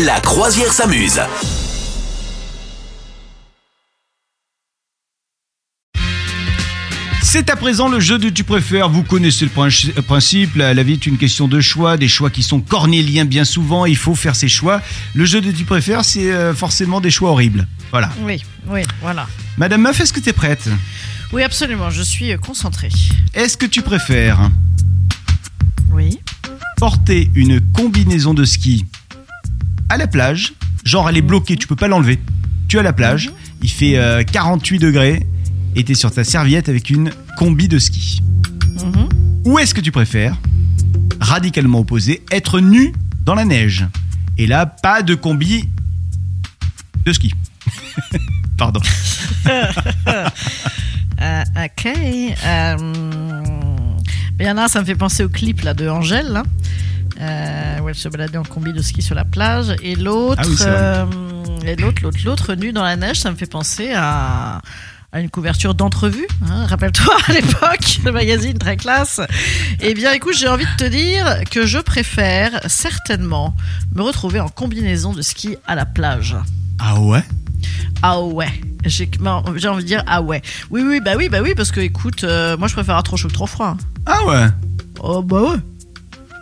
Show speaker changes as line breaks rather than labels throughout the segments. La croisière s'amuse.
C'est à présent le jeu de tu préfères. Vous connaissez le prin- principe. La, la vie est une question de choix, des choix qui sont cornéliens bien souvent. Il faut faire ses choix. Le jeu de tu préfères, c'est euh, forcément des choix horribles. Voilà.
Oui, oui, voilà.
Madame Meuf, est-ce que t'es prête
Oui, absolument, je suis euh, concentrée.
Est-ce que tu préfères
Oui.
porter une combinaison de ski à la plage Genre, elle est bloquée, tu peux pas l'enlever. Tu es à la plage, il fait euh, 48 degrés et t'es sur ta serviette avec une combi de ski.
Mhm.
Ou est-ce que tu préfères, radicalement opposé, être nu dans la neige Et là, pas de combi de ski. Pardon.
Euh, ok. euh, Il y en a, ça me fait penser au clip là, de Angèle, là, euh, où elle se baladait en combi de ski sur la plage. Et l'autre,
Ah oui, c'est vrai.
euh, et l'autre, l'autre, l'autre, nu dans la neige, ça me fait penser à à une couverture d'entrevue, hein. rappelle-toi à l'époque, le magazine très classe. Eh bien écoute, j'ai envie de te dire que je préfère certainement me retrouver en combinaison de ski à la plage.
Ah ouais
Ah ouais. J'ai non, j'ai envie de dire ah ouais. Oui, oui, bah oui, bah oui, parce que écoute, euh, moi je préfère un trop chaud que trop froid. hein.
Ah ouais
Oh bah ouais.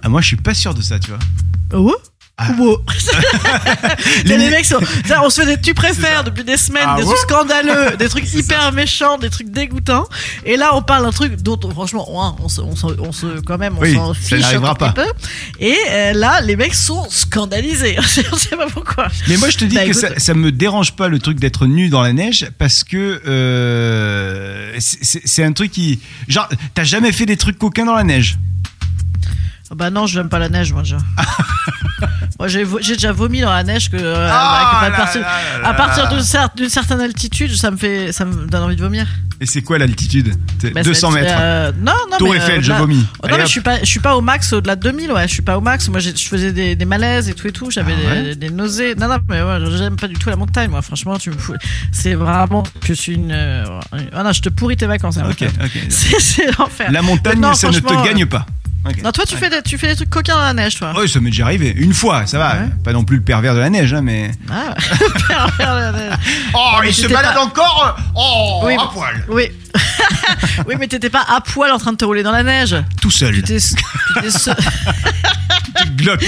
ah, Moi, je suis pas sûr de ça, tu vois.
Ah ouais
Ah.
Ouais. Les, les mecs sont. ça, on se fait des tu
C'est
préfères depuis des semaines,
Ah
des
ouais
trucs scandaleux, des trucs
C'est
hyper méchants, des trucs dégoûtants. Et là, on parle d'un truc dont, on- franchement, on, on, se, on, se, on se- quand même, on
Oui,
s'en
ça
fiche un
n'arrivera
tout petit peu. Et euh, là, les mecs sont scandalisés. je sais pas pourquoi.
Mais moi, je te dis
Bah,
que
écoute.
ça, ça me dérange pas le truc d'être nu dans la neige parce que euh, c'est- c'est c'est un truc qui. Genre, t'as jamais fait des trucs coquins dans la neige
Ah Bah non, je n'aime pas la neige, moi déjà. moi, j'ai vo- j'ai déjà vomi dans la neige que, euh,
Ah
bah, que
là
à partir,
là là
à partir
là.
d'une cer- d'une certaine altitude, ça me fait, ça me donne envie de vomir.
Et c'est quoi l'altitude C'est
Bah,
200
c'est-
mètres.
euh, non, non,
Tour
mais, euh,
Eiffel, je
là-
vomis.
Oh,
Allez,
non, mais
hop.
je suis pas, je suis pas au max au-delà de 2000, ouais, je suis pas au max. Moi, j'ai- je faisais des, des malaises et tout et tout, j'avais
Ah ouais
des, des nausées. Non, non, mais ouais, j'aime pas du tout la montagne, moi, franchement, tu me fous. C'est vraiment, je suis une. euh, Oh non, je te pourris tes vacances. hein,
Ok,
mon gars.
ok.
C'est c'est l'enfer.
La montagne,
Non,
ça ne
franchement, euh,
te gagne pas. Ok.
Non, toi, tu,
Ouais.
fais des, tu fais des trucs coquins dans la neige, toi.
Oui, ça m'est déjà arrivé. Une fois, ça va.
Ouais.
Pas non plus le pervers de la neige, hein, mais.
Ah, pervers de la neige.
Oh,
mais il se c'était balade pas-
encore Oh,
Oui, à mais-
poil
Oui. oui, mais t'étais pas à poil en train de te rouler dans la neige.
Tout seul.
Tu t'es, tu t'es, se-
Glock.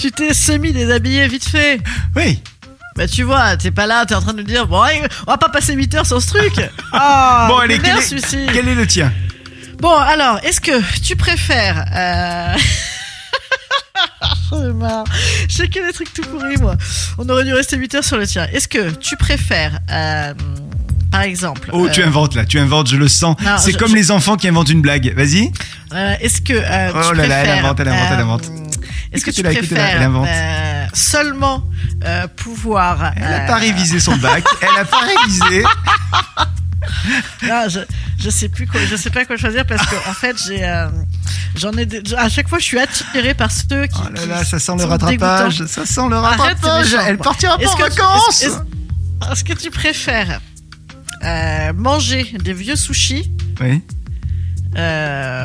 tu t'es semi-déshabillé vite fait.
Oui.
Bah, tu vois, t'es pas là, t'es en train de nous dire, bon, allez, on va pas passer 8 heures sur ce truc. Ah,
bon, allez,
il
quel
m'énerve,
est,
celui-ci.
quel est le tien
Bon, alors, est-ce que tu préfères. Euh... J'en ai marre. Je sais que des trucs tout pourris, moi. On aurait dû rester 8 heures sur le tien. Est-ce que tu préfères, euh, par exemple.
Oh, tu
euh,
inventes là, tu inventes, je le sens.
Non,
C'est
je-
comme
je-
les enfants qui inventent une blague. Vas-y.
Euh, est-ce que euh,
Oh là
tu
là, elle
préfères, euh,
invente, elle invente, elle invente.
Est-ce que tu
Écoute-la, écoute-la,
préfères
elle invente.
euh, seulement euh, pouvoir
Elle a
euh,
pas révisé son bac, elle a pas révisé.
non, je, je sais plus quoi, je sais pas quoi choisir parce que en fait j'ai euh, j'en ai des- à chaque fois je suis attirée par ceux qui,
Oh là
qui
là, ça sent le
sont
rattrapage,
dégoûtants.
ça sent le
Arrête,
rattrapage.
c'est méchant,
elle
quoi.
partira pas en
Est-ce que tu-
vacances.
est-ce- est-ce- Est-ce que tu préfères euh, manger des vieux sushis
Oui.
euh,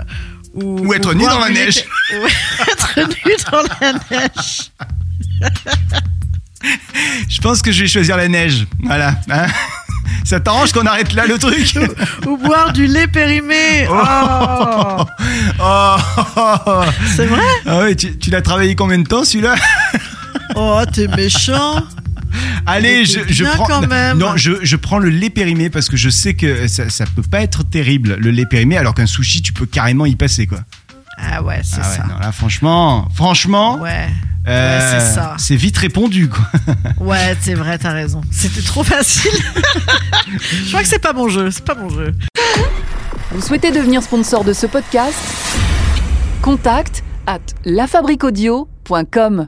ou,
Ou être nu
boire
dans la
du lait-
neige.
ou être nu dans la neige
Je pense que je vais choisir la neige. Voilà. hein. ça t'arrange qu'on arrête là le truc
ou boire du lait périmé. Oh.
Oh, oh, oh.
C'est vrai
Ah oui, tu, tu l'as travaillé combien de temps celui-là
Oh, t'es méchant.
Allez, je,
était
je
bien
prends.
quand même.
Non, je, je prends le lait périmé parce que je sais que ça, ça peut pas être terrible le lait périmé, alors qu'un sushi tu peux carrément y passer quoi.
Ah ouais, c'est
Ah ouais,
ça.
non, là franchement, franchement,
Ouais.
euh,
c'est ça.
c'est vite répondu quoi.
Ouais, c'est vrai, t'as raison. C'était trop facile. Je crois que c'est pas mon jeu. C'est pas mon jeu.
Vous souhaitez devenir sponsor de ce podcast Contact à lafabriquaudio.com.